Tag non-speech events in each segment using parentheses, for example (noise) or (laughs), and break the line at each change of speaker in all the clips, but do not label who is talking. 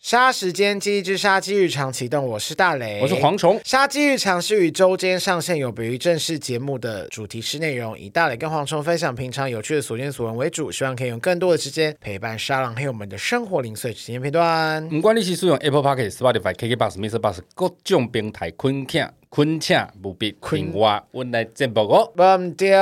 杀时间机之杀鸡日常启动，我是大雷，
我是。蝗虫。
杀鸡日常是于周间上线，有别于正式节目的主题式内容，以大磊跟蝗虫分享平常有趣的所见所闻为主，希望可以用更多的时间陪伴沙朗还有我们的生活零碎时间片段。
唔管你是使用 Apple Park、Spotify、KKBox、Mr. Box 各种平台，困请困请务必听我，我来节目哦。
忘掉，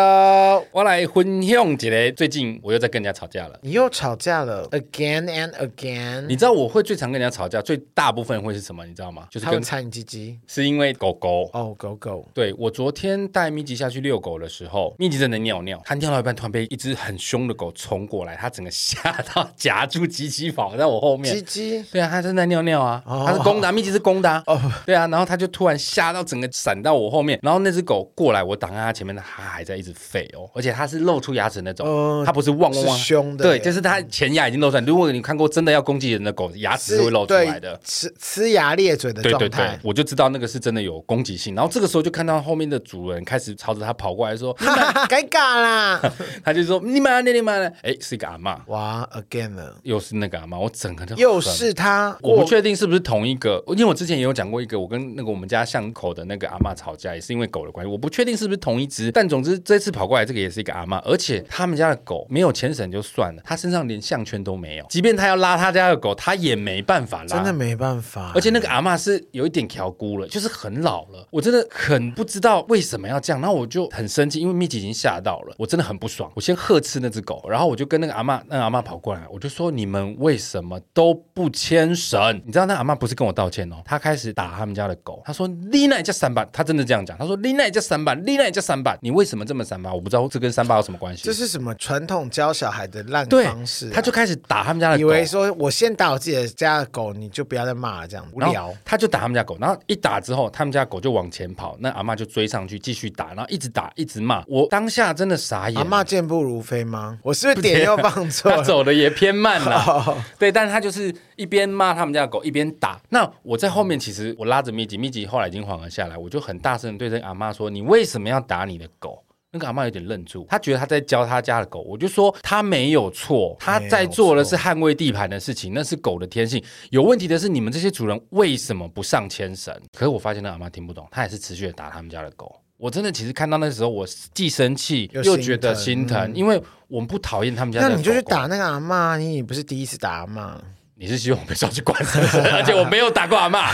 我来分享一个，最近我又在跟人家吵架了。
你又吵架了，again and again。
你知道我会最常跟人家吵架，最大部分会是什么？你知道吗？就是
他们
跟
踩你鸡鸡
是因为狗狗。
哦，狗狗，
对我昨天带咪吉下去遛狗的时候，咪吉真的尿尿，它尿到一半，突然被一只很凶的狗冲过来，它整个吓到夹住鸡鸡跑在我后面。
鸡鸡
对啊，他正在尿尿啊，
哦
他是公的、啊，密集是公的、啊。
哦
对啊，然后他就突然吓到整个闪到我后面，然后那只狗过来，我挡在它前面，它还在一直吠哦，而且它是露出牙齿那种，
哦
它不是汪汪汪，
是凶的
对，
耶
就是它前牙已经露出来。如果你看过真的要攻击人的狗，牙齿是会露出来的
对。呲呲牙咧嘴的
对
状
对对
态，。
我就知道那个是真的有攻击性。然后这个时候就看到后面的主人开始朝着它跑过来说，
哈哈，尴尬啦！
他就说你妈呢你妈呢？哎，是一个阿嬷，
哇，again 了，
又是那个阿嬷，我整个就
又
很
是他，
我不确定是不是同一个，因为我之前也有讲过一个，我跟那个我们家巷口的那个阿嬷吵架，也是因为狗的关系，我不确定是不是同一只，但总之这次跑过来这个也是一个阿嬷，而且他们家的狗没有牵绳就算了，它身上连项圈都没有，即便他要拉他家的狗，他也没办法拉，
真的没办法，欸
而且那个阿嬷是有一点调姑了，就是很老了，我真的很不知道为什么要这样，然后我就很生气，因为蜜姐已经吓到了，我真的很不爽，我先呵斥那只狗，然后我就跟那个阿嬷，那个阿嬷跑过来，我就说你们为什么都不牵绳？你知道那阿嬷不是跟我道歉哦，她开始打他们家的狗，她说丽娜也叫三板，她真的这样讲，她说丽娜也叫三板，丽娜也叫三板，你为什么这么三板？我不知道这跟三板有什么关系，
这是什么传统教小孩的烂
对
方式啊、，
她就开始打他们家的狗，
以为说我先打我自己的家的狗，你就不要再骂了，这样无
然后
聊。
他就打他们家狗，然后一打之后，他们家狗就往前跑，那阿嬷就追上去继续打，然后一直打一直骂，我当下真的傻眼。
阿妈健步如飞吗？我是不是点又放错
他
了？
走的也偏慢了，
哦
对，但是他就是一边骂他们家的狗，一边打。那我在后面，其实我拉着米吉，米吉后来已经缓和下来，我就很大声地对这个阿嬷说：“你为什么要打你的狗？”那个阿嬷有点愣住，她觉得她在教她家的狗，我就说她没有错，她在做的是捍卫地盘的事情，那是狗的天性。有问题的是你们这些主人为什么不上牵绳？可是我发现那个阿妈听不懂，她也是持续的打他们家的狗。我真的其实看到那时候，我既生气
又
又
心
觉得
疼
心疼，因为我们不讨厌他们家的
那
狗狗。
你就去打那个阿妈，你也不是第一次打阿妈。啊
你是希望我被抓去关是不是？ (laughs) 而且我没有打过阿骂，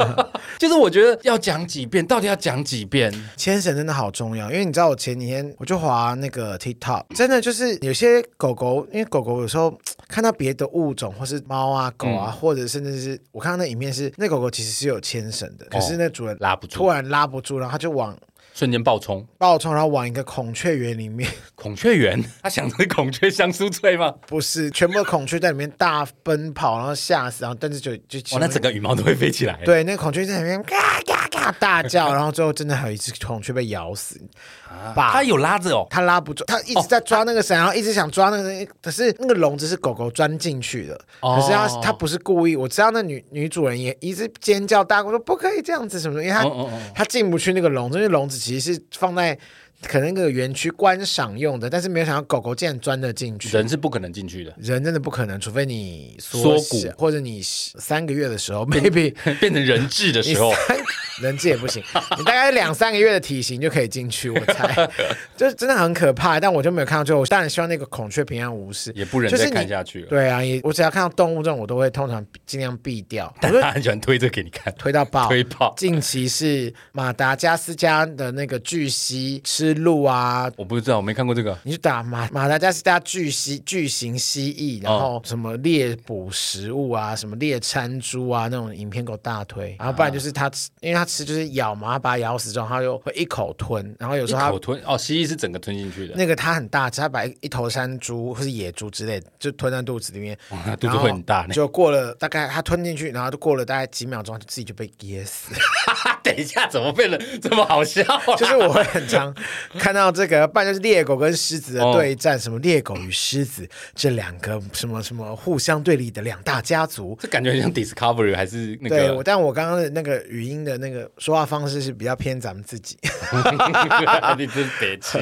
(laughs) 就是我觉得要讲几遍，到底要讲几遍？
牵绳真的好重要，因为你知道我前几天我就滑那个 TikTok，真的就是有些狗狗，因为狗狗有时候嘖看到别的物种，或是猫啊、狗啊，
嗯
或者甚至是我看到那影片是那狗狗其实是有牵绳的，可是那主人
哦拉不住
突然拉不住，然后它就往
瞬间爆冲。
暴冲，然后往一个孔雀园里面， (laughs)
孔雀园，他想着孔雀香酥脆 (laughs) 吗？
不是全部的孔雀在里面大奔跑，然后吓死，然后但是就就
哦哇，那整个羽毛都会飞起来。，
对，那个孔雀在里面嘎嘎嘎大叫，然后最后真的还有一只孔雀被咬死，把
它有拉着哦。
他拉不住，他一直在抓那个
啊
绳，然后一直想抓那个绳，可是那个笼子是狗狗钻进去的，
哦
可是他他不是故意，我知道那女女主人也一直尖叫大哭说不可以这样子什么的，因为他
哦哦哦
他进不去那个笼子，因为笼子其实是放在可能那个园区观赏用的，但是没有想到狗狗竟然钻得进去。
人是不可能进去的， (laughs)
人真的不可能，除非你
缩骨
小或者你三个月的时候，maybe
变成人质的
你
(laughs) 时候，
三人质也不行，你大概两三个月的体型就可以进去，我
(laughs)
猜，就真的很可怕。但我就没有看到最后，我当然希望那个孔雀平安无事。
(laughs) 也不忍
就是
再
你
看下去了。
对啊，也我只要看到动物这种，我都会通常尽量避掉，我
但
就
他很喜欢推这给你看，
推到爆。
(laughs) 推爆。
近期是马达加斯加的那个巨蜥吃鹿啊，
我不知道，我没看过这个。
你就打马马达加斯加巨蜥巨型蜥蜴，然后什么猎捕食物啊，什么猎餐猪啊那种影片给我大推，然后不然就是它吃，因为它吃就是咬嘛，它把它咬死之后，它就会一口吞，然后有
一
时候它
口吞哦，蜥蜴是整个吞进去的，
那个它很大只，它把一一头山猪或是野猪之类的就吞在肚子里面，
哇那肚子会很大呢。
就过了大概它吞进去，然后就过了大概几秒钟，它就自己就被噎死。
(laughs) 等一下，怎么变得这么好笑啊？
就是我会很常看到这个，不然就是猎狗跟狮子的对战，什么猎狗与狮子这两个什么什么互相对立的两大家族。
这感觉很像 Discovery 还是那
对我，
个？
但我刚刚的那个语音的那个说话方式是比较偏咱们自己，
(laughs) 你真别气。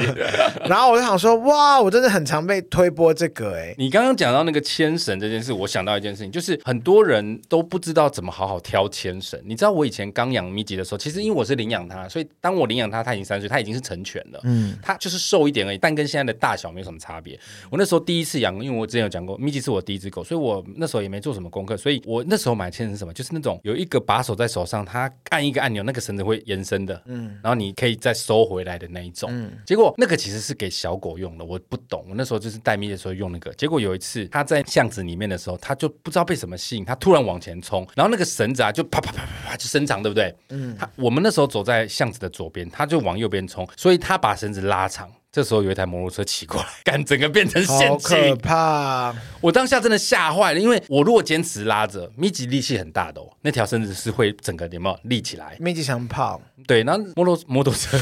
然后我就想说，哇，我真的很常被推播这个哎、欸
(laughs) 你刚刚讲到那个牵绳这件事，我想到一件事情，就是很多人都不知道怎么好好挑牵绳。你知道我以前刚养咪吉的时候，其实因为我是领养它，所以当我领养它，它已经三岁，它已经是成犬了。嗯，它就是瘦一点而已，但跟现在的大小没有什么差别。我那时候第一次养，因为我之前有讲过，咪吉是我第一只狗，所以我那时候也没做什么功课，所以我那时候买牵绳是什么，就是那种有一个把手在手上，它按一个按钮，那个绳子会延伸的，嗯，然后你可以再收回来的那一种。结果那个其实是给小狗用的，我不懂，我那时候就是带咪的时候用那个。结果有一次它在巷子里面的时候，它就不知道被什么吸引，它突然往前冲，然后那个绳子啊就啪啪啪啪啪就伸长，对不对？嗯，它我们那时候走在巷子的左边，它就往右边冲，所以它把绳子拉长。这时候有一台摩托车骑过来，干整个变成
好
陷
可
阱，
怕！
我当下真的吓坏了，因为我如果坚持拉着，咪吉力气很大的哦，那条绳子是会整个有没有立起来？
面积想
(laughs)
跑，
对，然后摩托摩托车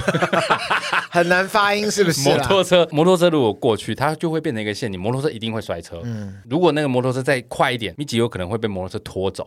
很难发音是不是啊
啊摩
啦？
托车摩托车如果过去，它就会变成一个陷阱，摩托车一定会摔车。嗯，如果那个摩托车再快一点，咪吉有可能会被摩托车拖走。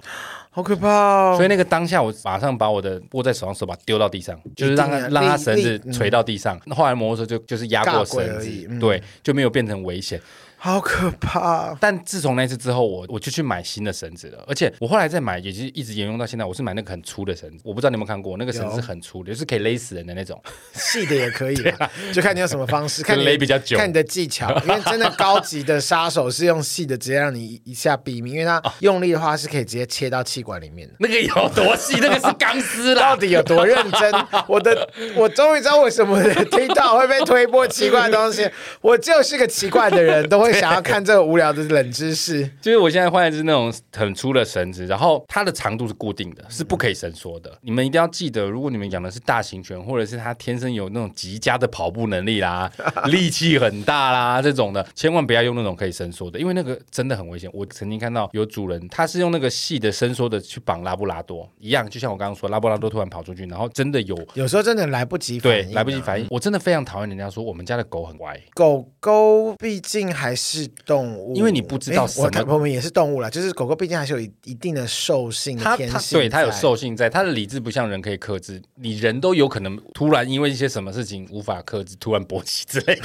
好可怕哦！
所以那个当下，我马上把我的握在手上手把丢到地上，就是让它
一定的
让它
力
绳子
力嗯
垂到地上。那后来摩托车就就是压
尬
过绳
轨而已
子，
嗯
对，就没有变成危险。
好可怕！哦
但自从那次之后，我我就去买新的绳子了，而且我后来再买，也就是一直沿用到现在。我是买那个很粗的绳子，我不知道你有没有看过，那个绳子是很粗的，就是可以勒死人的那种。 (laughs)
细的也可以啦，就看你用什么方式，看你
啊勒比较久
看你的技巧，
(laughs)
因为真的高级的杀手是用细的，直接让你一一下毙命，因为他
哦
用力的话是可以直接切到气管里面的。
那个有多细？那个是钢丝啦。
(laughs) 到底有多认
(laughs)
真？我的，我终于知道为什么听到会被推播奇怪的东西。我就是个奇怪的人，都会想要看这个无聊的冷知识。
就是我现在换的是那种很粗的绳子，然后它的长度是固定的，
嗯
是不可以伸缩的。你们一定要记得，如果你们养的是大型犬，或者是它天生有那种极佳的跑步能
(laughs)
力啦、力气很大啦这种的，千万不要用那种可以伸缩的，因为那个真的很危险。我曾经看到有主人他是用那个细的伸缩的去绑拉布拉多，一样，就像我刚刚说，拉布拉多突然跑出去，然后真的有。
有时候真的来不及反
对
应，，啊
来不及。反应。我真的非常讨厌人家说我们家的狗很乖，
狗狗毕竟还是动物，
因为你不知道
没有我
什么
我们也是动物啦，就是狗狗毕竟还是有一一定的兽性的
它
天
它
性在，
对它有兽性在，它的理智不像人可以克制，你人都有可能突然因为一些什么事情无法克制，突然勃起之类的。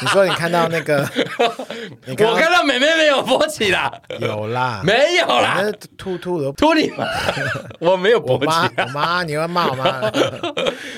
你说你看到那
(laughs)
个，你
我看到美妹没有勃起
(laughs)
啦，
到有啦，
没有啦，
那兔兔的。
托
(laughs)
你妈，我没有
我
勃
妈
起，。啊
我妈，你会骂我妈？ (laughs)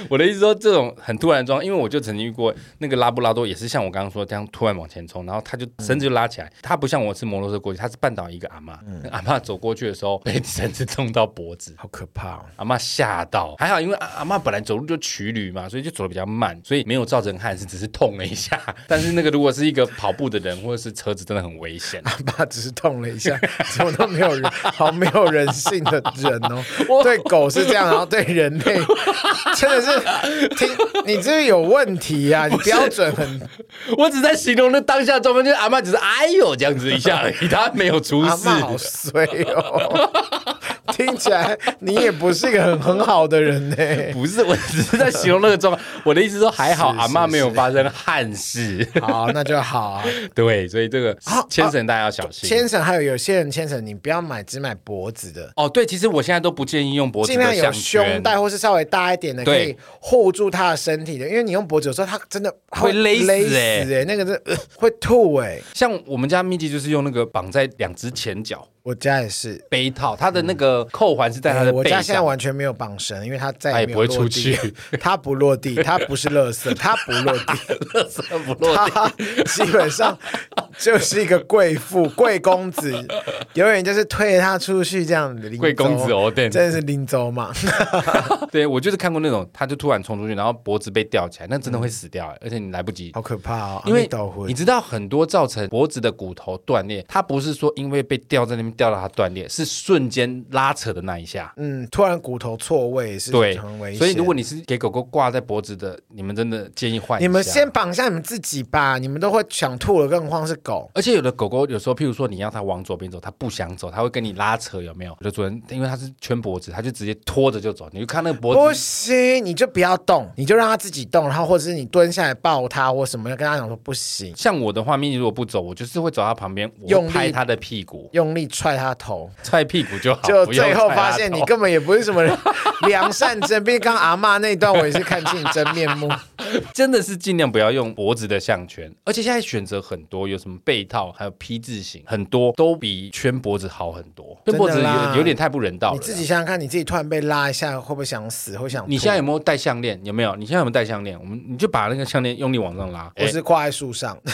我的意思说，这种很突然的状况，因为我就曾经遇过那个拉布拉多，也是像我刚刚说这样突然往前冲，然后它就
嗯
绳子就拉起来，它不像我是摩托车过去，它是绊倒一个阿妈，
嗯
那阿妈走过去的时候被绳子冲到脖子。
好可怕哦！
阿妈吓到，还好，因为阿阿妈本来走路就曲驴嘛，所以就走的比较慢，所以没有造成憾事，只是痛了一下。 (laughs) 但是那个如果是一个跑步的人或者是车子，真的很危险。
阿爸只是痛了一下，怎么都没有人， (laughs) 好没有人性的人
(laughs)
哦。对狗是这样，然后对人类真的是，听你这个有问题
(laughs)
呀、你标准很
(laughs) 我只在形容那当下状况，就是阿妈 (laughs) 只是哎呦这样子一下而已，她没有出
阿
事
妈。好衰哦。 (laughs) 听起来你也不是一个很很好的人呢、
(laughs) 不是，我只是在形容那个状况。我的意思说，还好 (laughs)
是
阿妈
是
没有
是
发生憾事。 (laughs)
好，那就好、啊。
对，所以这个
啊
牵绳大家要小心。
牵绳还有有些人牵绳，你不要买只买脖子的，
哦，对，其实我现在都不建议用脖子
尽量
的
有
项
胸
圈，
带或是稍微大一点的，可
对
以护住他的身体的。因为你用脖子有时候他真的
会勒死
勒死
欸
欸那个是、呃会吐哎、
像我们家秘籍就是用那个绑在两只前脚
我家也是。
背套，它的那个扣环是在它的
欸我
背
家现在
上。
完全没有绑绳，因为他再
他也
没
不
有
会
落地
出去，
他不落地，他不是垃圾，他不落地，
乐色不落地
他基本上就是一个贵妇、贵公
(laughs)
子，永远就是推着他出去这样子。
贵公子哦对
真的是拎走嘛。 (laughs)
对我就是看过那种，他就突然冲出去，然后脖子被吊起来，那真的会死掉，欸而且你来不及
嗯好可怕哦！
因
阿弥
为
陀佛
你知道很多造成脖子的骨头断裂，它不是说因为被吊在那边吊到它断裂，是瞬间拉扯的那一下。
嗯，突然骨头错位是
对
很危，险。
所以如果你是给狗狗挂在脖子的，你们真的建议换一下。
你们先，绑一下你们自己吧，你们都会想吐了，更何况是狗。
而且有的狗狗有时候，譬如说你要它往左边走，它不想走，它会跟你拉扯，有没有？有的主人因为它是圈脖子，它就直接拖着就走，你就看那个脖
不
子。
行，你就不要动，你就让它自己动，然后或者是你蹲下来抱它或什么，跟它讲说不行，
像我的画面，如果不走，我就是会走到它旁边，我
用力
会拍它的屁股，
用力踹它头。
踹屁股就好。
就
(laughs) 不用
最后
踹
发
它
现你
头
根本也不是什么人 (laughs) 良善真，毕竟刚阿嬷那一段我也是看清你真面
(laughs)
目。
真的是尽量不要用脖子的项圈，而且现在选择很多，有什么背套，还有 P 字型，很多都比圈脖子好很多。
真
圈
的
脖子
啦
有有点太不人道了
你
啦。
自己想想看，你自己突然被拉一下，会不会想死？会想吐
你现在有没有戴项链？有没有？你现在有没有戴项链？我们你就把那个项链用力往上拉。
我是挂在树上， (laughs)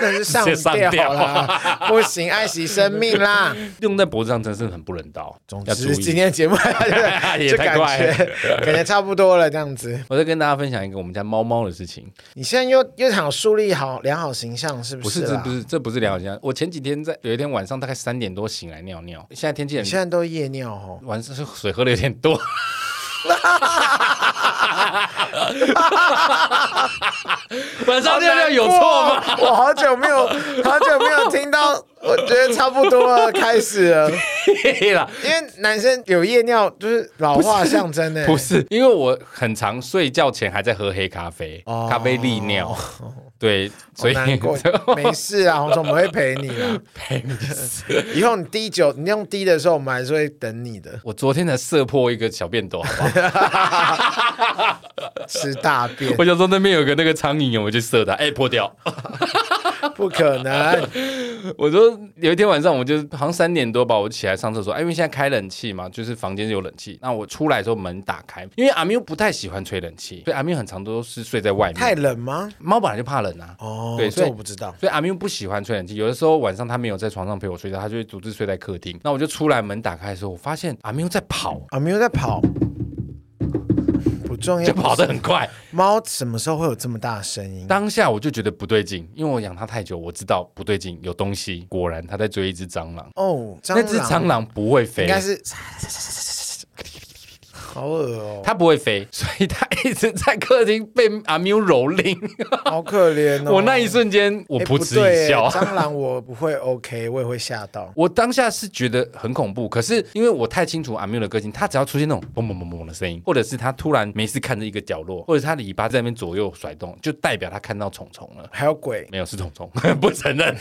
那是上
哎直接上
吊
吊
啦， (laughs) 不行，爱惜生命
(laughs)
啦。
哎用在脖子上真是很不人道，
总
要注
之，今
意。
天节
(laughs)
目 (laughs) 就
也太
感
快
觉 (laughs) 感觉差不多了，这样子。
我再跟大家分享一个我们家猫猫的事情，
你现在又又想树立好良好形象，是
不
不
是
是
这
啦？
不是这不是聊一下，我前几天在有一天晚上大概三点多醒来尿尿，现在天气
你
很
现在都夜尿哦，
晚上是水喝的有点多， (laughs) 晚上尿尿有错吗？ (laughs)
好难过哦？我好久没有好久没有听到，我觉得差不多了，开始了。
(laughs) 嘿啦，
因为男生有夜尿就是老化象征欸呢，
不是，因为我很常睡觉前还在喝黑咖啡，
哦
咖啡
(laughs)
利尿，对，所以
好难过没事啊，黄总，我们会陪你的。
(laughs) 陪你死
以后你滴酒，你用滴的时候，我们还是会等你的。
(laughs) 我昨天才射破一个小便斗，好 (laughs) 不好
吃大便
我想说那边有个那个苍蝇，我就射它，哎、破掉。
不可能，
我说有一天晚上，我就好像三点多吧，我起来上厕所，哎，因为现在开冷气嘛，就是房间有冷气。那我出来的时候门打开，因为阿喵不太喜欢吹冷气，所以阿喵很常都是睡在外面。
太冷吗？
猫本来就怕冷啊。
哦，
对所
这
以
我不知道。
所以阿明不喜欢吹冷气，有的时候晚上他没有在床上陪我睡觉，他就会独自睡在客厅。那我就出来门打开的时候，我发现阿明在跑，
啊，没有在跑，不重要。
就跑得很快。
猫什么时候会有这么大的声音？
当下我就觉得不对劲，因为我养它太久，我知道不对劲，有东西。果然它在追一只蟑螂，
哦，蟑
那只
螂
蟑螂不会
应
飞，
该是， (laughs) 好恶哦，
它不会飞， (laughs) 所以它一直在客厅被阿喵蹂躏。
好可怜哦。
我那一瞬间，我
哎
噗
不
嗤
对
一
耶
笑。
蟑螂我不会 OK，我也会吓到。
我当下是觉得很恐怖，可是因为我太清楚阿缪的个性，他只要出现那种嘣嘣嘣嘣的声音，或者是他突然没事看着一个角落，或者他的尾巴在那边左右甩动，就代表他看到虫虫了。
还有鬼，
没有是虫虫， (laughs) 不承认。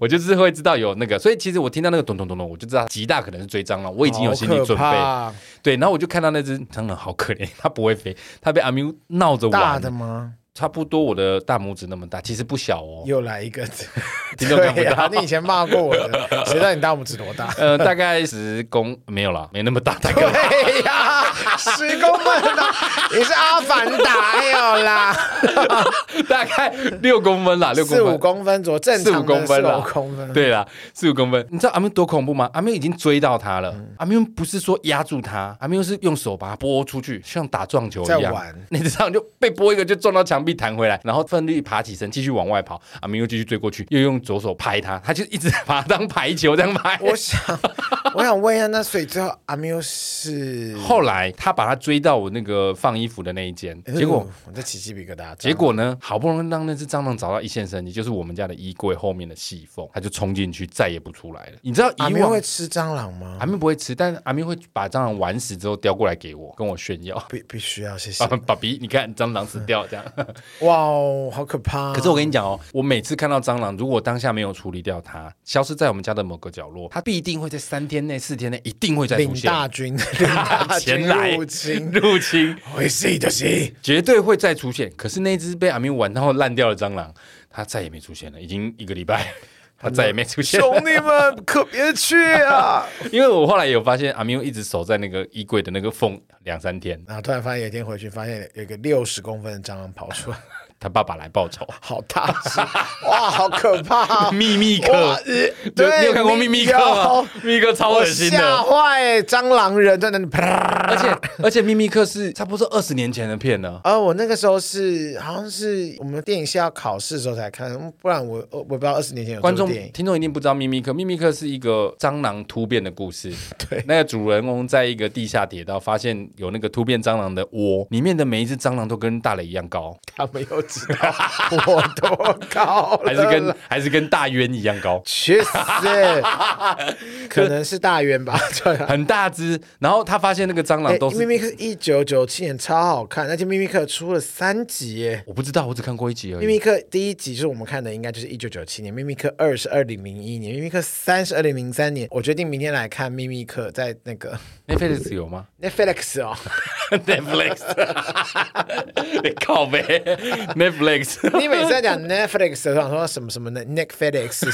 我就是会知道有那个，所以其实我听到那个咚咚咚咚，我就知道极大可能是追蟑螂，我已经有心理
好可
准备。
怕
对，然后我就看到那只蟑螂好可怜，它不会飞，它被阿缪闹着
大
玩
的，吗？
差不多我的大拇指那么大，其实不小哦。
又来一个，
(laughs) 听众看不
对啊
到，？
你以前骂过我的，谁知道你大拇指多大
呃，大概十公没有啦，没那么大，
(laughs)
大概。
对呀，十公分的，你是阿凡达还有啦。
大概六公分啦，六公
四五
分。
公分左右，正
四
常
五公分
了，四
啦
五公分。
对啦，四五公分，你知道阿明多恐怖吗？阿明已经追到他了。
嗯
阿明不是说压住他，阿明是用手把他拨出去，像打撞球一
在
样
玩。
你知道，就被拨一个就撞到墙壁弹回来，然后奋力爬起身继续往外跑。阿明又继续追过去，又用左手拍他，他就一直把他当排球球这样拍。
我想，我想问一下，那所以最后阿缪是
后来他把他追到我那个放衣服的那一间，
哎
结果
我在起鸡皮疙瘩。
结果呢，好不容易让那只蟑螂找到一线生机，就是我们家的衣柜后面的细缝，他就冲进去，再也不出来了。你知道
阿
以
缪
往
啊
啊
会吃蟑螂吗
阿？明不会吃，但是阿明会把蟑螂玩死之后叼过来给我，跟我炫耀。
必必须要谢谢
爸。 (laughs) 爸比，你看蟑螂死掉这样。
哇哦，好可怕！
可是我跟你讲哦，我每次看到蟑螂，如果当下没有处理掉它，消失在我们家的某个角落，它必定会在三天内、四天内一定会再出
领
现。
大军，领
(laughs)
大军
前来
入侵，
(laughs) 入侵，
回事的
(laughs)
是
绝对会再出现。可是那只被阿明玩到烂掉的蟑螂，它再也没出现了，已经一个
(laughs)
礼拜，它再也没出现了。
兄弟们，可别去啊！
(laughs) 因为我后来有发现，阿明一直守在那个衣柜的那个缝两三天，
然后突然发现有一天回去，发现有一个六十公分的蟑螂跑出来，
他爸爸来报
(laughs)
仇。
好大只，哇，好可
(laughs)
怕！
秘密
哇
课，
呃
对，
对，
你有看过秘密课
有
吗？秘密课超恶
我
心
吓
的，
坏、蟑螂人在那里啪！
而且而且秘密课是差不多二十年前的片了。
啊，我那个时候是好像是我们电影系要考试的时候才看，嗯不然我我我不知道二十年前有
观众
这部电影
听众一定不知道秘密课，秘密课是一个蟑螂突变的故事。
(laughs) 对
那个主人公在一个地下铁道发现有那个突变蟑螂的窝，里面的每一只蟑螂都跟大雷一样高，
(laughs) 他们又知道 (laughs) 我多高了，
还是跟还是跟大渊一样
(laughs)
高。
去
(laughs)
死，可能是大冤吧， (laughs) 对啊。
很大只，然后他发 (laughs) 现那个蟑螂
哎
都
秘
是，
密课一九九七年超好看，而且秘密课出了三集耶。
我不知道，我只看过一集而
秘
已。
密课第一集就是我们看的，应该就是一九九七年；秘密课二是二零零一年；秘密课三是二零零三年。我决定明天来看秘密课，在那个 (laughs)
Netflix 有吗
Netflix 哦，
(laughs) ？Netflix，你哎靠呗，Netflix，Netflix (laughs)
你每次在讲 er Netflix 的时候，想说什么什么的 er Netflix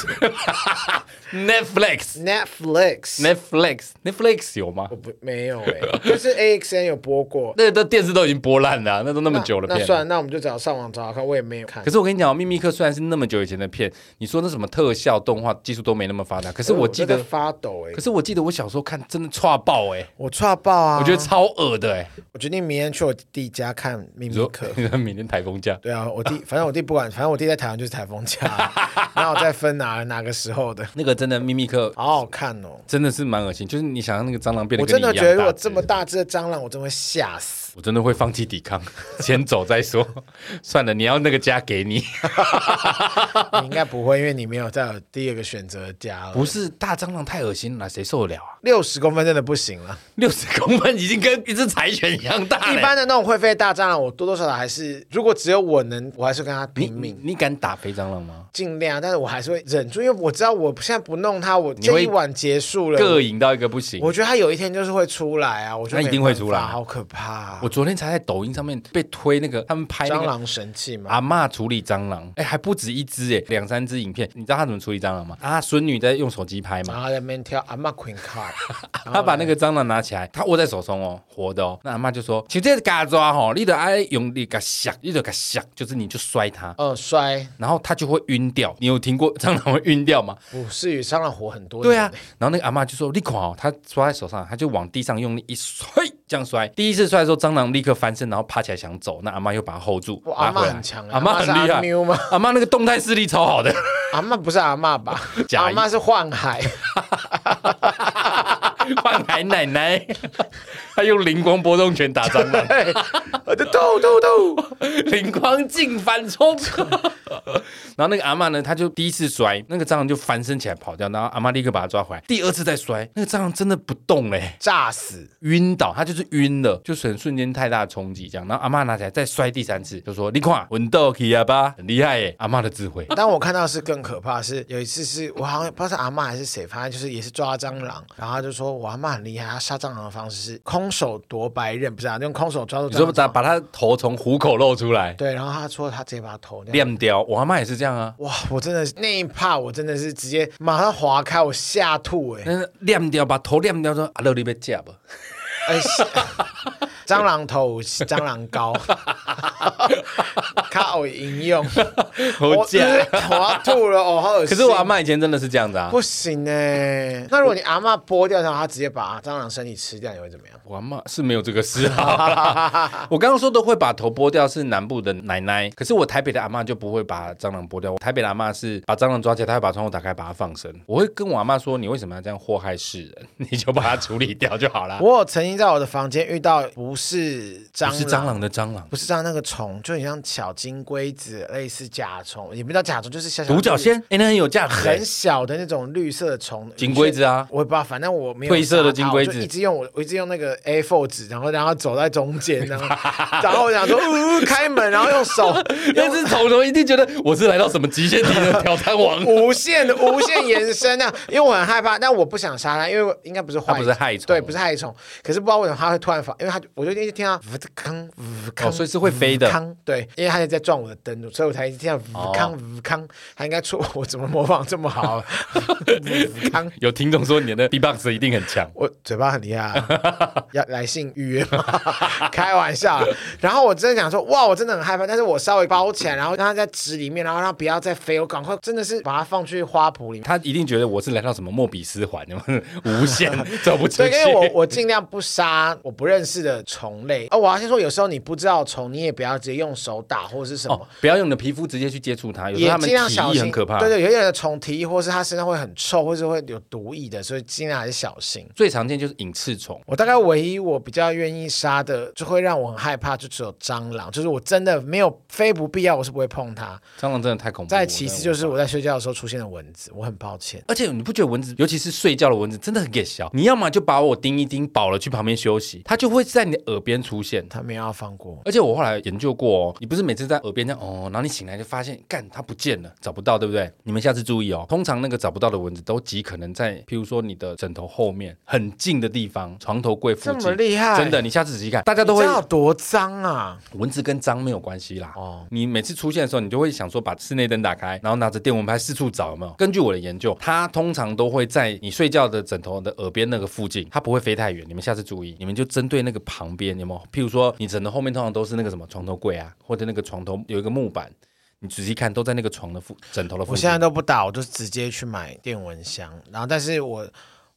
Netflix。
Netflix，
Netflix Netflix 有吗
我？不没有哎、就是 AXN 有播过，
那都电视都已经播烂了啊、那都那么久了
那
片
那。算了，那我们就找上网找找看，我也没有看
可。是我跟你讲哦，《秘密课》虽然是那么久以前的片，你说那什么特效、动画技术都哦没那么发达，可是我记
真
得，
的发抖哎、
可是我记得我小时候看真的差爆哎、
我差爆啊！
我觉得超恶的哎、
我决定明天去我弟家看秘
你
密
说。
课
你说明天台风假，
对啊，我弟反正我弟不管，反正我弟在台湾就是台风假，然后我再分哪哪个时候的，
那个真的《秘密课》
好好看哦。
真的是蛮恶心，就是你想象那个蟑螂变得
我真
跟你一
的
样
觉得，如
大
果
只
这么，大只的蟑螂，我真会吓死。
我真的会放弃抵抗， (laughs) 先走再说。 (laughs) 算了，你要那个家给你，
你应该不会，因为你没有再有第二个选择的家了
不。是大蟑螂太恶心了，谁受得了啊？
六十公分真的不行了。
六十公分已经跟一只柴犬一样大了。欸
一般的那种会飞的大蟑螂，我多多少少还是，如果只有我能，我还是跟它
你
拼
你
命，
你敢打飞蟑螂吗？
尽量。但是我还是会忍住，因为我知道我现在不弄它，我
你会
这一晚结束了。
膈应到一个不行。
我觉得它有一天就是会出来啊，我觉得
它一定会
没办法
出来
好可怕啊、
我昨天才在抖音上面被推那个他们拍那
蟑
个
螂神器嘛，
阿嬷处理蟑螂，哎，还不止一只哎，两三只影片。你知道他怎么处理蟑螂吗？啊，孙女在用手机拍嘛
然，后在那边跳阿妈 Queen
(laughs)
Card，
她把那个蟑螂拿起来，她握在手中哦，活的哦。那阿嬷就说：“请这嘎抓吼，你得爱用力嘎响，你得嘎响，就是你就摔它。”
嗯，摔，
然后它就会晕掉，你有听过蟑螂会晕掉吗？
不是与蟑螂活很多年
对啊，，然后那个阿嬷就说：“你看哦，她抓在手上，她就往地上用力一摔， (laughs) 这样摔。第一次摔的时候，蟑螂立刻翻身，然后爬起来想走，那阿嬷又把它 hold 住，
哇阿
拉
嬷
回来
很强啊
阿嬷
阿嬷
很
是
厉
阿喵吗
害，阿嬷那个动态视力超好的。
阿妈不是阿妈
(laughs)
吧？
假
阿
意
妈是幻
(laughs)
海，
换海
(laughs)
奶奶，她用灵光波动拳打蟑螂，
呃对，我的豆豆豆，
灵光镜反冲。然后那个阿嬷呢，她就第一次摔，那个蟑螂就翻身起来跑掉，然后阿嬷立刻把它抓回来。第二次再摔，那个蟑螂真的不动嘞、
炸死！
晕倒，他就是晕了，就瞬瞬间太大冲击这样。然后阿妈拿起来再摔第三次，就说：“你看，稳到起啊吧，很厉害耶！”阿妈的智慧，
(laughs) 但我看到是更可怕的是，有一次是我好像不知道是阿妈还是谁，反正就是也是抓蟑螂，然后他就说我阿妈很厉害，她杀蟑螂的方式是空手夺白刃，不是啊，用空手抓住
你
蟑
说把
螂。
把他头从虎口露出来，
对，然后他说他直接把他头掉。
亮掉。我阿妈也是这样啊，
哇！我真的是那一趴，我真的是直接马上划开，我吓吐
(laughs)
哎、
但是亮掉，把头亮掉说：“阿乐你被夹吧。 (laughs)
哎，是蟑螂头，蟑螂膏，卡偶应用，
好假。
我要吐了，哦，好恶
可
心。
是我阿妈以前真的是这样子啊，
不行呢、欸 (laughs) 那如果你阿嬷剥掉，然后她直接把蟑螂身体吃掉，你会怎么样？
我阿妈是没有这个事啊。 (laughs) 我刚刚说都会把头剥掉是南部的奶奶，可是我台北的阿妈就不会把蟑螂剥掉。我台北的阿妈是把蟑螂抓起来，她会把窗户打开，把它放生。我会跟我阿妈说，你为什么要这样祸害世人？你就把它处理掉就好啦。
(laughs) 我有曾经在我的房间遇到不是蟑
不
螂，
是蟑螂的
(laughs)
蟑螂，
不是蟑螂那个虫，就很像小金龟子，类似甲虫，也不叫甲虫，就是小小
独角仙，哎、那很有价值、欸
很。小的那种绿色的虫，
金龟子啊
我也不知道，反正我没有
褪色的
杀它
金龟子
我就一直用我我一直用那个 A4 纸，然后让它走在中间， (laughs) 然后然后我想说，呜、开门，然后用 (laughs) 手，
但是虫虫一定觉得我是来到什么极限敌人挑战王
(laughs) 无限无限延伸啊，因为我很害怕，但我不想杀它，因为我应该不是坏，
它不是害虫
对，不是害虫，可是不知道为什么它会突然发，因为它我就一直听到呜康呜康，
哦，所以是会飞的。
康，对，因为他也在撞我的灯，所以我才一直听到
(laughs) 哦
呜康呜康，他应该出我怎么模仿这么好，啊
(laughs)
呜康。
有听众说你的 B-box 一定很强，
我嘴巴很厉害啊，
(laughs)
要来信预约吗？ (laughs) 开玩笑。啊然后我真的想说，哇，我真的很害怕，但是我稍微包起来，然后让它在纸里面，然后让它不要再飞，我赶快真的是把它放去花圃里面。
他一定觉得我是来到什么莫比斯环， (laughs) 有没有无限走不出
对，
去
因。为我我尽量不杀我不认识的虫类。哦，我要先说，有时候你不知道虫，你也不要直接用手打或者是什么。
哦，不要用你的皮肤直接去接触它，有时
也
候它们
尽量小
体液
心，
很可怕。
对对，有些人的虫体液，或是它身上会很臭，或是会有毒液的，所以尽量还是小心。
最常见就是隐翅虫，
我大概唯一我比较愿意杀的，就会让我很害怕，就只有蟑螂。就是我真的没有非不必要，我是不会碰它。
蟑螂真的太恐怖了。
再其次就是
哦我真的无
我在睡觉的时候出现的蚊子，我很抱歉。
法，而且你不觉得蚊子，尤其是睡觉的蚊子，真的很给小。你要么就把我叮一叮饱了去旁边休息，它就会在你的耳边出现。
他没有要放过我，
而且我后来研究过哦，你不是每次在耳边这样哦，然后你醒来就发现，干它不见了，找不到，对不对？你们下次注意哦。通常那个找不到的蚊子都极可能在，譬如说你的枕头后面很近的地方，床哦头柜附
这
近。
么厉害，
真的，，你下次仔细看，大家
你
都
知
会
道有多脏啊？
蚊子跟脏没有关系啦。
哦，
你每次出现的时候，你就会想说把室内灯打开，然后拿着电蚊拍四处找，有没有？根据我的研究，它通常都会在你睡觉的枕头的耳边那个附近，它不会飞太远。你们下次注意，你们就针对那个旁边，有没有？譬如说，你枕头后面通常都是那个什么床头柜啊，或者那个床头有一个木板，你仔细看都在那个床的附枕头的附
我
近
现。在都不打，我就直接去买电蚊香。然后，但是我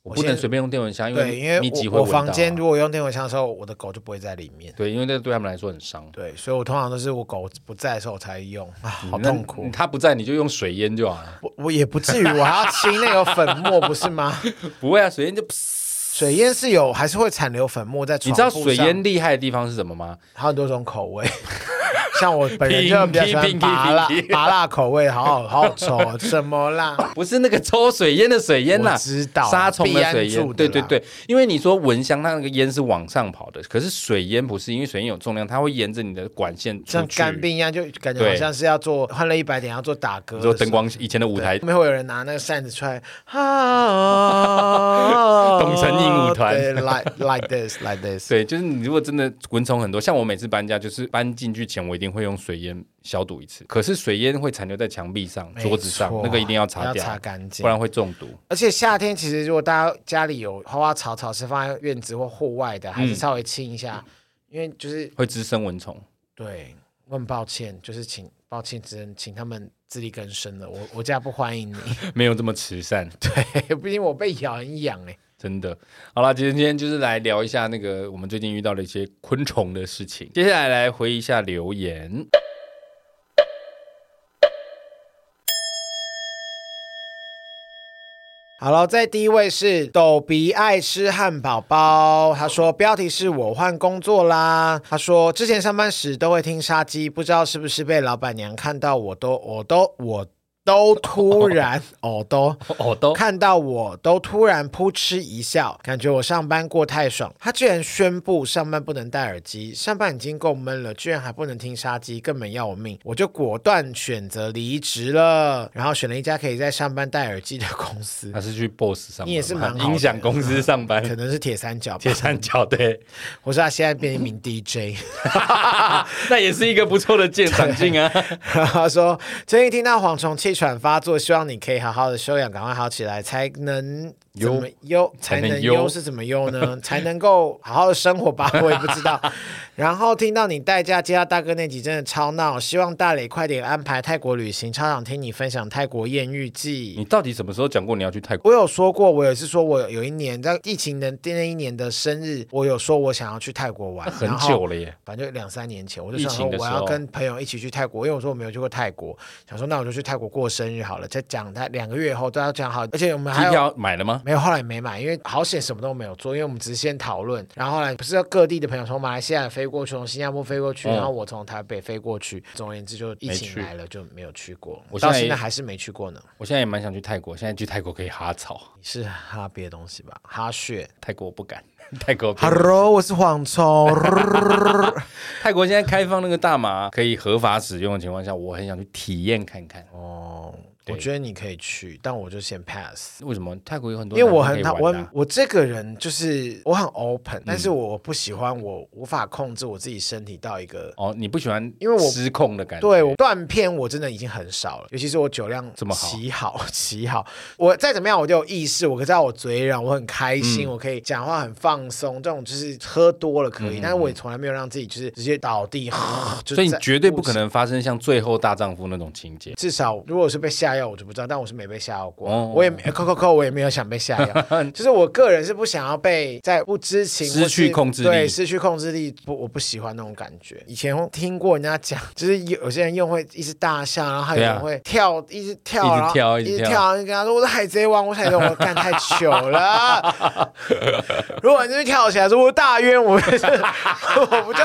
我
我
不
现
能
在
随便用电蚊香，因
对，因为
为密集会
我我
闻到啊
房间如果用电蚊香的时候，我的狗就不会在里面。
对，因为那对他们来说很伤。
对，所以我通常都是我狗不在的时候我才用啊，好
嗯那
痛苦。
他不在，你就用水淹就好了。 (laughs)
我我也不至于，我还要清那个粉末，不是吗？
不会啊，水淹就。
水烟是有，还是会残留粉末在
你
床
知道
铺
水
上
淹厉害的地方是什么吗？
还有很多种口味， (laughs) 像我本人就比较喜欢
拼
麻辣
拼拼
麻辣口味，好好好好臭哦，什么
(laughs)
辣？
不是那个抽水烟的水烟啦，
我知道
杀虫的水
必安住
烟，
的
对
啦
对对，因为你说蚊香，它那个烟是往上跑的，可是水烟不是，因为水烟有重量，它会沿着你的管线出
像
去。
干冰一样，就感觉
对
好像是要做换了一百点要做打嗝的
你
时候，
说灯光以前的舞台
后面会有人拿那个扇子出来，啊，
董成英舞团
对，like like this like this，
对，就是你如果真的蚊虫很多，像我每次搬家，就是搬进去前我一定会用水烟消毒一次，可是水烟会残留在墙壁上、桌子上
没，错
那个一定要擦
要
掉，
擦干净
不。然会中毒。
而且夏天其实如果大家家里有花花草草是放在院子或户外
嗯
的，还是稍微清一下，因为就是
会滋生蚊虫，
对，我很抱歉，就是请抱歉，只能请他们自力更生了。我我家不欢迎你， (laughs)
没有这么慈善。
对，毕竟我被咬很痒哎、
真的，好了，今天今天就是来聊一下那个我们最近遇到的一些昆虫的事情。接下来来回一下留言。
好了，在第一位是抖鼻爱吃汉堡包，他说标题是我换工作啦。他说之前上班时都会听杀鸡，不知道是不是被老板娘看到我都我都我都突然哦都
哦，都
看到我都突然扑哧一笑，感觉我上班过太爽。他居然宣布上班不能戴耳机，上班已经够闷了，居然还不能听杀鸡，根本要我命！我就果断选择离职了，然后选了一家可以在上班戴耳机的公司
他，是去 BOSS 上班吗，啊
你也是蛮好的
音响公司上
可
班，
能是铁三角吧
铁。三角对，
我说他现在变一名 (laughs) DJ。
那也是一个不错的建长进啊。
(laughs) 他说：“最近听到蝗虫气喘发作，希望你可以好好的休养，赶快好起来，才能怎么优，才
才
能
能优
优是怎么优呢？才能够好好的生活吧，我也不知
(laughs)
道。然后听到你代驾接到大哥那集真的超闹，希望大磊快点安排泰国旅行，超想听你分享泰国艳遇
你
记。
到底什么时候讲过你要去泰国？
我有说过，我有一次说，我有一年在疫情的那一年的生日，我有说我想要去泰国玩，
很
然后
久了耶，
反正就两三年前，我就
疫
想说
情的
我
时
要
候
跟朋友一起去泰国，因为我说我没有去过泰国，想说那我就去泰国过生日好了。再讲他两个月后都要讲好，而且我们
机
还有。
票买了吗？
没有，后来没买，因为好险什么都没有做，因为我们只是先讨论，然后后来不是各地的朋友从马来西亚飞过去，从新加坡飞过去，
嗯
然后我从台北飞过去。总而言之，就疫
没
情
去
来了就没有去过，
我现
到
在
现在还是没去过呢。
我现在也蛮想去泰国，现在去泰国可以哈草， (laughs)
你是哈别的东西吧？哈血。
泰国我不敢， (laughs) 泰国
Hello，我是蝗虫。
泰国现在开放那个大麻可以合法使用的情况下，我很想去体验看看。
(laughs) 哦，我
对
觉得你可以去，但我就先 pass。
为什么泰国有很多
因为
男生
我
可
很
以
讨
玩
我
的
很
啊？嗯
我这个人就是我很 open，、但是我不喜欢我无法控制我自己身体到一个，
哦，你不喜欢
因为我
失控的感觉，
对我断片我真的已经很少了，尤其是我酒量
这么好
极好 (laughs) 极好，我再怎么样我就有意识，我知道我嘴软，我很开心，
嗯
我可以讲话很放松，这种就是喝多了可以，但是我也从来没有让自己就是直接倒地， (laughs) 就
嗯所以你
在
绝对不
物质
可能发生像最后大丈夫那种情节。
至少如果是被下药，我就不知道，但我是没被下药过，
哦嗯
我也没扣扣扣，我也没有想被下
(laughs)
药，就是我个人是不想要被在不知情
失去
或是
控制力
对，失去控制力，不，我不喜欢那种感觉。以前听过人家讲，就是有有些人用会一直大笑，然后还有
对
人
啊
会跳，一直跳，
一直
然后
跳
一
一直
直
跳
跳，然后就跟他说我是海贼王，我是海贼王，我干太糗了。如果你这跳起来说我大冤，我 (laughs) 我不就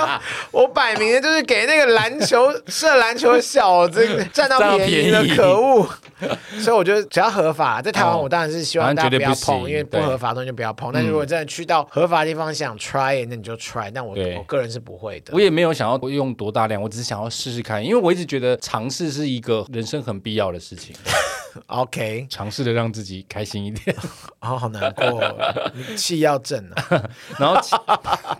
我摆明了就是给那个篮球射篮球的小子占到
占到
便宜了
便，宜
可恶！所以我觉得只要合法，在台湾
哦
我当然是希望大家
啊反正
不
绝对
要
不行
碰，因为不
对
合法的东西就不要碰。但如果真的去到合法的地方想 try，it，那你就 try。但我
对
我个人是不会的
我。也没有想要用多大量，我只是想要试试看，因为我一直觉得尝试是一个人生很必要的事情，
OK，
尝试的让自己开心一点。 (laughs)
哦，好难过哦，你气要正啊，
然后气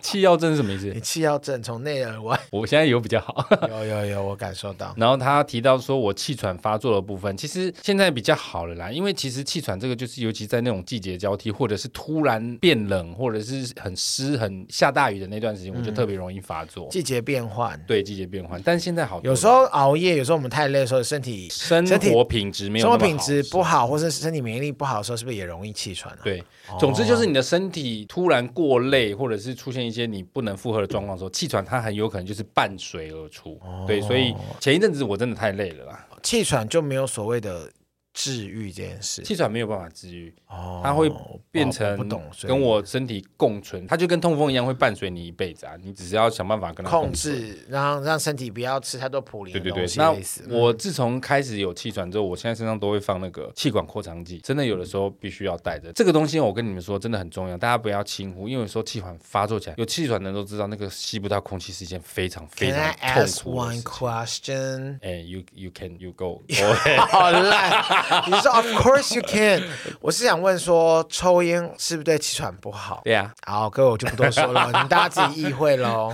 (laughs) 气药症是什么意思
你？气要正，从内而外。
我现在有比较好。 (laughs)
有有有，我感受到。
然后他提到说，我气喘发作的部分，其实现在比较好了啦，因为其实气喘这个就是，尤其在那种季节交替，或者是突然变冷，或者是很湿、很下大雨的那段时间，我就
嗯
特别容易发作。
季节变换，
对季节变换，但现在好多了，
有时候熬夜，有时候我们太累的时候，身体
生
身体
活品质没有
生
那
活
么好
品质不好，或是身体免疫力不好的时候，是不是也容易气喘啊？
对，总之就是你的身体突然过累，或者是出现一些你不能负荷的状况的时候，气喘它很有可能就是伴随而出。
哦
对，所以前一阵子我真的太累了啦，
气喘就没有所谓的治愈这件事。
气喘没有办法治愈，
哦
它会变
我
成
不懂，所以
跟我身体共存，它就跟痛风一样会伴随你一辈子啊，你只是要想办法跟它
控
共存。
制，然后让身体不要吃太多普林
对
的
对对
东，西，
那
类似嗯
我自从开始有气喘之后，我现在身上都会放那个气管扩张剂，真的有的时候必须要带着。这个东西我跟你们说，真的很重要，大家不要轻忽，因为有时候气喘发作起来，有气喘的人都知道，那个吸不到空气是一件非常非
Can
常
I ask
痛苦的事
one
情。
question？ (laughs)
哎、y o u you can you go， (laughs)
好烂！你说 Of course you can。我是想问说，抽烟是不是对气喘不好？
对啊，
好，各位我就不多说了，你们大家自己意会喽。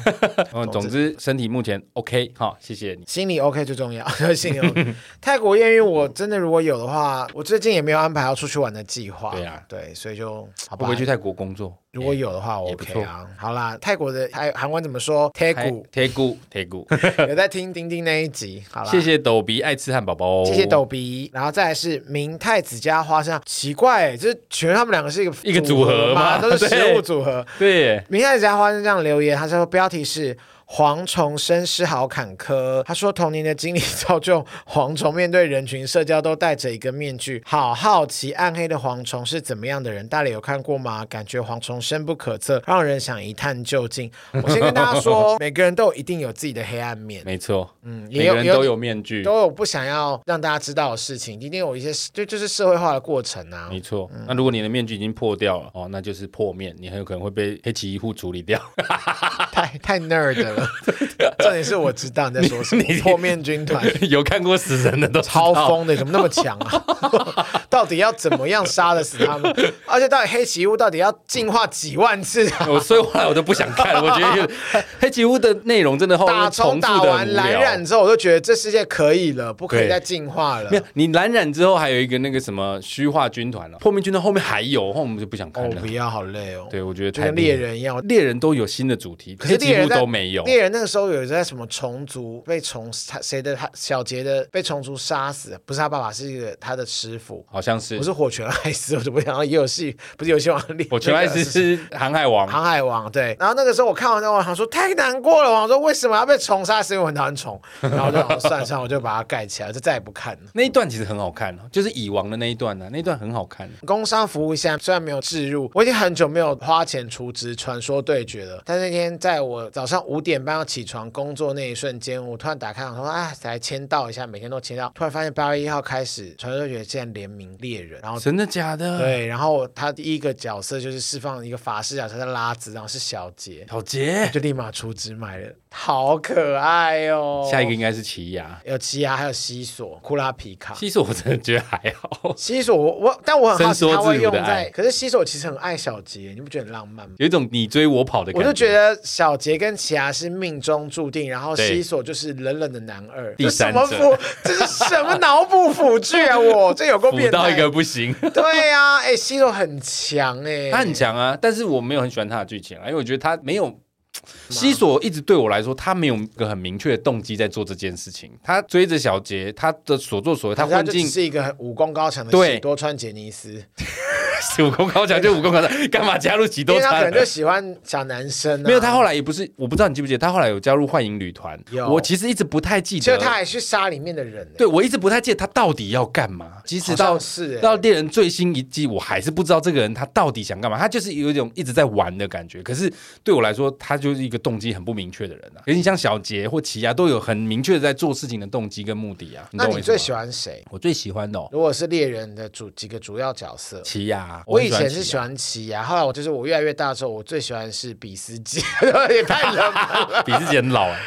嗯，总之身体目前 OK 哈，谢谢你。
心理 OK 最重要， (laughs) 心
(laughs)
理 OK。泰国艳遇我真的如果有的话，我最近也没有安排要出去玩的计划。
对啊
对，所以就好吧
会不会。去泰国工作？
如果有的话我
也不
，OK 啊。好啦，泰国的泰韩文怎么说？泰
(laughs)
古
贴骨贴骨，
有在听丁丁那一集，好啦。
谢谢抖鼻爱吃汉堡包，哦
谢谢逗比，然后再来是明太子加花生，奇怪，就是全他们两个是一个
一个组合
嘛，
嘛
都是食
(laughs) 对
物组合。
对。
明太子加花生酱留言，他说标题是。蝗虫生尸好坎坷，他说童年的经历造就蝗虫面对人群社交都戴着一个面具，好好奇暗黑的蝗虫是怎么样的人，大家有看过吗？感觉蝗虫深不可测，让人想一探究 (laughs) 竟。我先跟大家说，每个人都有一定有自己的黑暗面，
没错，嗯，
也
每
有
个人
也有
都有面具，
都有不想要让大家知道的事情，一定有一些就就是社会化的过程 (laughs) 啊
没。错，那如果你的面具已经破掉了哦，那就是破面，你很有可能会被黑崎一护处理掉。 (laughs)
太太 nerd 了， (laughs) 重点是我知 (laughs) 道你在说什么。破面军团
有看过死神的都知道
超，疯的，怎么那么强啊？到底要怎么样杀得死他们？而且到底黑崎屋到底要进化几万次、啊？
(laughs) 我所以后来我都不想看了，我觉得有 (laughs) 点黑崎屋的内容真的后面
打
重
虫打
复的
完
无
蓝
聊
染。之后，我就觉得这世界可以了，不可以
对
再进化了哦
没。有，你蓝染之后还有一个那个什么虚化军团了、啊破灭军团后面还有，后面我们就不想
哦
看，了
不。要，好累哦。
对，我觉得
就
太
跟猎
厉害了，
人一样。
猎人都有新的主题，
可
黑
是
崎
猎
屋
人在
都没有。
猎人那个时候有在什么虫族被虫他谁的他小杰的被虫族杀死，不是他爸爸，是一个他的师傅。
好像是
不是火拳艾斯，我就不想到也有戏，不是游戏王里
我全爱
那个
是是航海王，
航海王对，然后那个时候我看完之后，我想说太难过了，我想说为什么要被虫杀？是因为我很讨厌虫，然后我就想说算了算了，我就把它盖起来，就再也不看了。
那一段其实很好看哦，就是蚁王的那一段啊呢、那一段很好看。
工商服务现在虽然没有置入，我已经很久没有花钱出资传说对决了。但那天在我早上五点半要起床工作那一瞬间，我突然打开想说，哎，来签到一下，每天都签到。突然发现八月一号开始，传说对决竟然联名猎人，然后
真的假的？，
对，然后他第一个角色就是释放一个法师角啊色在拉子，然后是小杰，
小杰，
就立马出资买了，好可爱哦。
下一个应该是奇亚。
有奇亚，还有西索、库拉皮卡。
其实我真的觉得还好， (laughs)
西索我，我但我很好
伸
奇
缩
他会
自如
用
的
在，
爱
可是西索其实很爱小杰，你不觉得很浪漫吗？
有一种你追我跑的感
我
觉。
就觉得小杰跟奇亚是命中注定，然后
对
西索就是冷冷的男二，
第
这什
三
么
者
腐？这是什么脑补腐剧啊！我这有够
补
变
到
态。
一个不行。
(laughs) 对呀、啊，哎、西索很强哎、
他很强啊，但是我没有很喜欢他的剧情啊，因为我觉得他
嗯
没有。西索一直对我来说，他没有一个很明确的动机在做这件事情。他追着小杰，他的所作所为，他
可是他
混
就
进
只是一个很武功高强的
对
喜多川杰尼斯，
(laughs) 武功
(laughs)
高强就武功高强，干嘛加入喜
因
多
为他可
川
能？就喜欢小男生、啊。
没有，他后来也不是，我不知道你记不记得，他后来有加入幻影旅团
有。
我其实一直不太记
结
得，
果他还去杀里面的人、欸。
对我一直不太记得他到底要干嘛。即使
好
到
像是欸
到猎人最新一季，我还是不知道这个人他到底想干嘛。他就是有一种一直在玩的感觉。可是对我来说，他就是一个动机很不明确的人啊。有点像小杰或奇亚都有很明确的在做事情的动机跟目的啊。
那
懂我
你
意思
最
吗
喜？欢谁？
我最喜欢的、哦、
如果是猎人的主几个主要角色，
奇亚，
我
很
以前
奇啊
是
亚 (laughs)
喜欢奇亚，后来我就是我越来越大之后，我最喜欢的是比斯基， (laughs) 也太冷门
(laughs)
了。
比自己很老
(laughs)
啊。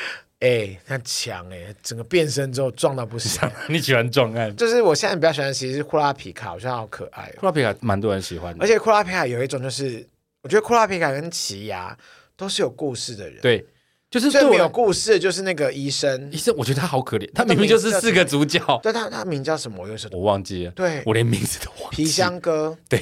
哎、他强哎、整个变身之后壮到不
(laughs)
行。
你喜欢壮汉？
就是我现在比较喜欢的其实是库拉皮卡，我觉得他好可爱、哦。
库拉皮卡蛮多人喜欢的，
而且库拉皮卡有一种就是，我觉得库拉皮卡跟奇亚都是有故事的人。，
对，就是对
最
我
没有故事的就是那个医生
医，生，我觉得他好可怜，他明明就是四个主角，
对他他名叫什么？我有时候
我忘记了，
对
我连名字都忘记。
皮箱哥，
对，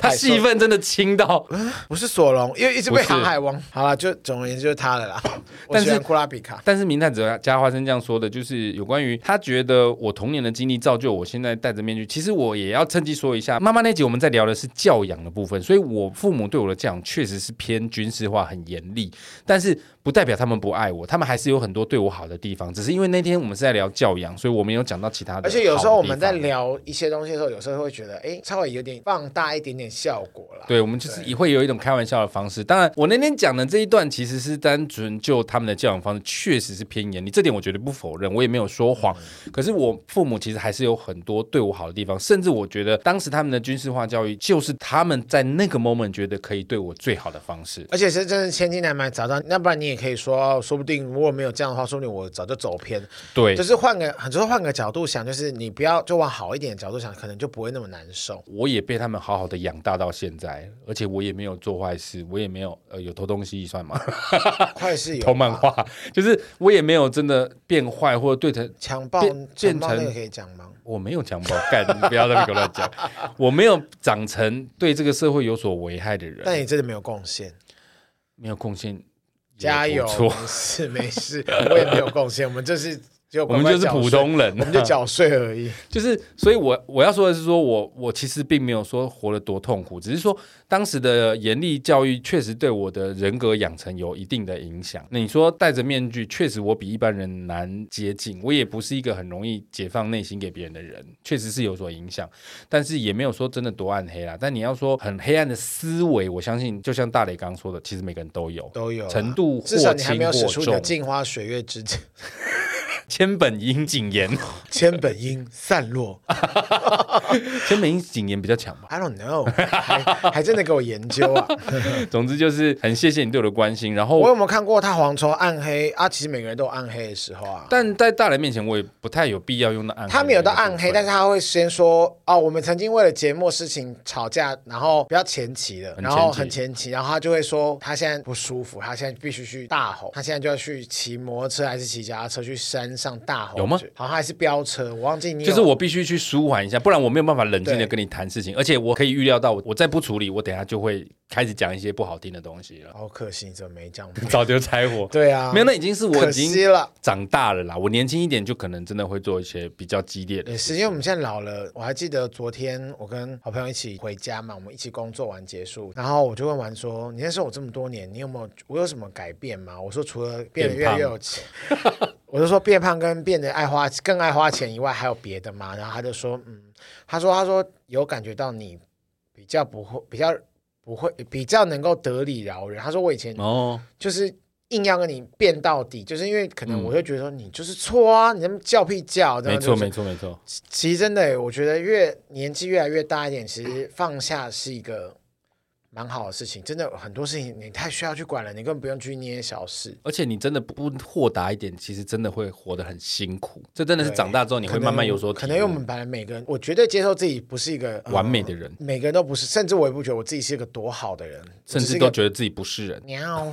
他戏份真的轻到，
不是索隆，因为一直被
不是
航海王。好了，就总而言之就是他
(laughs)
了啦。我
但是
喜欢库拉比卡，
但是明太子加花生酱说的就是有关于他觉得我童年的经历造就我现在戴着面具。其实我也要趁机说一下，妈妈那集我们在聊的是教养的部分，所以我父母对我的教养确实是偏军事化、很严厉，但是不代表他们不爱我，他们还是有很多对我好的地方。只是因为那天我们是在聊教养，所以我没有讲到其他的。
而且有时候我们在。聊一些东西的时候，有时候会觉得，哎，稍微有点放大一点点效果啦。
啊对，我们就是也会有一种开玩笑的方式。当然，我那天讲的这一段其实是单纯就他们的教养方式确实是偏严厉，这点我绝对不否认，我也没有说谎。可是我父母其实还是有很多对我好的地方，甚至我觉得当时他们的军事化教育就是他们在那个 moment 觉得可以对我最好的方式。
而且是真的千金难买早知道，那不然你也可以说，哦说不定如果没有这样的话，说不定我早就走偏。
对
就，是换个，很多换个角度想，就是你不要就往好一点的角度想，可能就不会那么难受。
我也被他们好好的养大到现在，而且我也没有做坏事，我也没有呃有偷东西算 (laughs) 吗？啊
快是有
偷漫
吧
画，就是我也没有真的变坏或者对他
强暴
变
强暴那
变成
个可以讲吗？
我没有强暴，干你不要在那边给我乱
(laughs)
讲，我没有长成对这个社会有所危害的人，
但你真的没有贡献。
没有贡献，
加油，
错，
没事没事，我也没有贡献，我们就是就
我们就是普，通人，
我们就缴税而已。
就是，所以我我要说的是说，我我其实并没有说活得多痛苦，只是说当时的严厉教育确实对我的人格养成有一定的影响。那你说戴着面具，确实我比一般人难接近，我也不是一个很容易解放内心给别人的人，确实是有所影响，但是也没有说真的多暗黑啦。但你要说很黑暗的思维，我相信就像大磊刚刚说的，其实每个人都有，
都有啊
程度或
至少你还
轻
没有使
或
出你的
重。
镜花水月之
千本樱谨言，
千本樱散落
(laughs) 千本樱谨言比较强吧。
，I don't know，还还真的给我研究
(laughs)
啊！
总之就是很谢谢你对我的关心，然
我
后。
有没有看过他黄虫暗黑啊？其实每个人都有暗黑的时候啊。
但在大人面前，我也不太有必要用到暗黑。
他没有到暗黑，但是他会先说哦，我们曾经为了节目事情吵架，然后比较前期的，
很前期
然后很前期，然后他就会说他现在不舒服，他现在必须去大吼，他现在就要去骑摩托车还是骑脚踏车去山上大吼，
有吗
好，他还是飙车，我忘记你有
就是我必须去舒缓一下，不然我没有办法冷静的
对
跟你谈事情，而且我可以预料到，我我再不处理，我等一下就会开始讲一些不好听的东西
(laughs)
了，
好可惜，你怎么没这样？
早就拆伙。
对啊，
没有，那已经是我
可
已
惜
经
了。
长大了啦。我年轻一点就可能真的会做一些比较激烈的
也。是，因为我们现在老了。我还记得昨天我跟好朋友一起回家嘛，我们一起工作完结束，然后我就问完说：“你认识我这么多年，你有没有我有什么改变吗？”我说：“除了变得越来越有钱，我就说变胖跟变得爱花更爱花钱以外，还有别的吗？”然后他就说：“嗯，他说他说有感觉到你比较不会比较不会比较能够得理饶人。”他说：“我以前
哦，
就是硬要跟你辩到底，就是因为可能我就觉得说你就是错啊，你那么叫屁叫，
嗯没错，
错。”
没错，没错。
其实真的欸，我觉得越年纪越来越大一点，其实放下是一个蛮好的事情。真的很多事情你太需要去管了，你根本不用去捏小事。
而且你真的不不豁达一点，其实真的会活得很辛苦。这真的是
对
长大之后你会
可能
慢慢有所体
可能因为我们本来每个人，我绝对接受自己不是一个、呃
完美的人
每个人都不是，甚至我也不觉得我自己是一个多好的人，我只
甚
是
至
一个
都觉得自己不是人。
喵，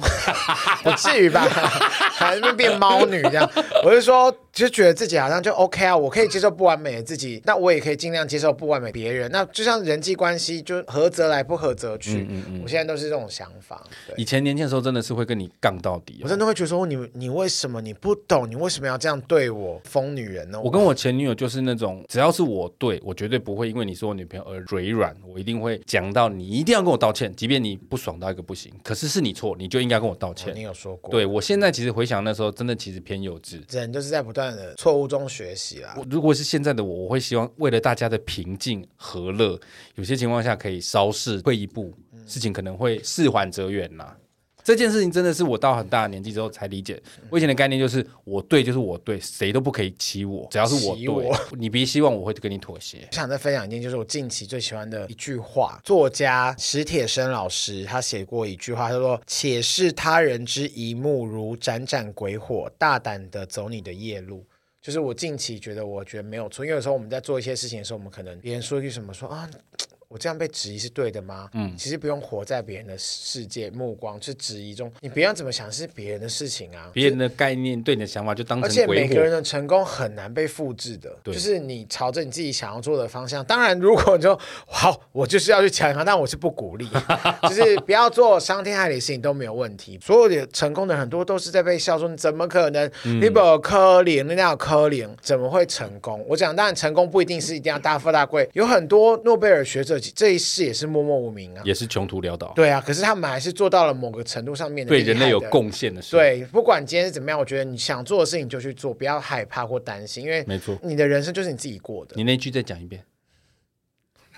不至于吧？还是变猫女这样？我是说，就觉得自己好像就 OK 啊，我可以接受不完美的自己，那我也可以尽量接受不完美别人。那就像人际关系，就合则来，不合则去。我现在都是这种想法。对
以前年轻的时候真的是会跟你杠到底
我
哦、
真的会觉得说，你你为什么你不懂？你为什么要这样对我？疯女人呢？
我跟我前女友就是那种，只要是我对我绝对不会因为你是我女朋友而嘴软，我一定会讲到你一定要跟我道歉，即便你不爽到一个不行，可是是你错，你就应该跟我道歉。
哦你有说过，
对，我现在其实回想那时候，真的其实偏幼稚。
人就是在不断的错误中学习啦。
我如果是现在的我，我会希望为了大家的平静和乐，有些情况下可以稍事退一步，
嗯
事情可能会事缓则圆啦。这件事情真的是我到很大的年纪之后才理解，我以前的概念就是我对就是我对，谁都不可以欺我，只要是我
欺
对，
我
你别希望我会跟你妥协。
我想再分享一件，就是我近期最喜欢的一句话，作家史铁生老师他写过一句话，他说：“且视他人之一目如盏盏鬼火，大胆的走你的夜路。”就是我近期觉得，我觉得没有错，因为有时候我们在做一些事情的时候，我们可能别人说一句什么说啊。我这样被质疑是对的吗？嗯，其实不用活在别人的世界目光去质疑中，你不要怎么想是别人的事情啊，
别人的概念对你的想法就当
而且
成
每
鬼
个人
火，
的成功很难被复制的，
对
就是你朝着你自己想要做的方向。当然，如果你说好，我就是要去抢它，但我是不鼓励，就是不要做伤天害理的事情都没有问题。所有的成功的很多都是在被笑说，你怎么可能？
嗯
你不有科林，你哪有科林？怎么会成功？我讲，当然成功不一定是一定要大富大贵，有很多诺贝尔学者这一世也是默默无名啊。
也是穷途潦倒，
对啊，可是他们还是做到了某个程度上面的厉
对
害
人类有
的
贡献的事。，
对，不管今天是怎么样，我觉得你想做的事情就去做，不要害怕或担心，因为
没错
你的人生就是你自己过的。
你那句再讲一
(laughs)
遍，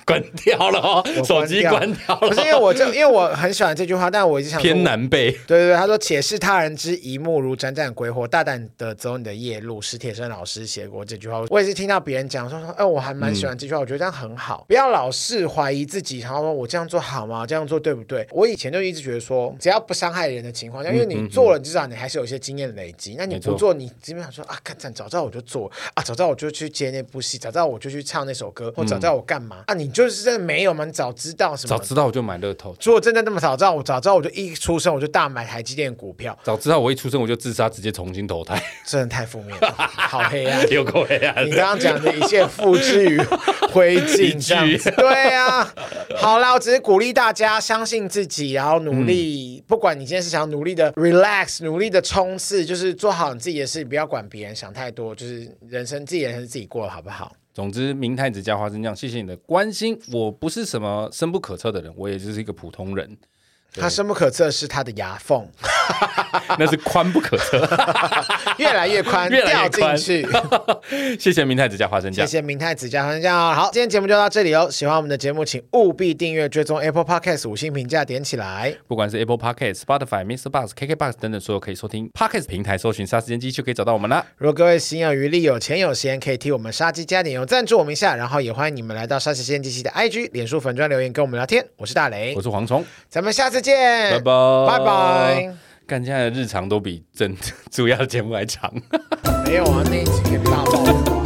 关掉了哦，
我
(laughs) 手机关掉
不是因
了，
为我这，因为我很喜欢这句话，但我一直想说
偏。南北。
对对对，他说：“且视他人之一目如盏盏鬼火，大胆的走你的夜路。”史铁生老师写过这句话，我也是听到别人讲说说，哎，我还
嗯
蛮喜欢这句话，我觉得这样很好，不要老是怀疑自己，然后说我这样做好吗？这样做对不对？我以前就一直觉得说，只要不伤害人的情况下，因为你做了，至少你还是有一些经验累积，那你
嗯没
不
错
做，你基本上说啊，看，早知道我就做啊，早知道我就去接那部戏，早知道我就去唱那首歌，或早知道我干嘛、啊？你就是真的没有吗？你早知道什么
早？知道我就买乐透，
如果真的那么早知道，我早知道我就一出生我就大买台积电股票，
早知道我一出生我就自杀，直接重新投胎， (laughs)
真的太负面了，好黑暗。
有够黑暗
你
的。
刚刚讲的一切付之于灰烬，这
(laughs)
样子。对啊，好啦，我只是鼓励大家相信自己，然后努力。
嗯
不管你今天是想要努力的 relax，努力的冲刺，就是做好你自己的事，不要管别人，想太多，就是人生自己人生自己过，好不好？
总之，明太子加花生酱，谢谢你的关心。我不是什么深不可测的人，我也就是一个普通人， (laughs)
他深不可测是他的牙缝， (laughs)
那是宽不可测。
越来越宽，
越来
掉
越宽
进去。
(laughs) 谢谢明太子加花生
谢
酱，
谢明太子加分酱。好，今天节目就到这里哦。喜欢我们的节目，请务必订阅、追踪 Apple Podcast 五星评价点起来。
不管是 Apple Podcast、Spotify、Mr. Box、KKBox 等等所有可以收听 Podcast 平台，搜寻“杀时间机”就可以找到我们啦。
如果各位心有余力、有钱有闲，可以替我们杀鸡加点油，赞助我们一下。然后也欢迎你们来到杀鸡先机器的 IG、脸书粉专留言跟我们聊天。我是大雷
我，是蝗虫，
咱们下次见，
拜拜
拜拜。
干 (laughs) 现在的日常都比真主要的节目还长。
没有啊，那一集可以大爆。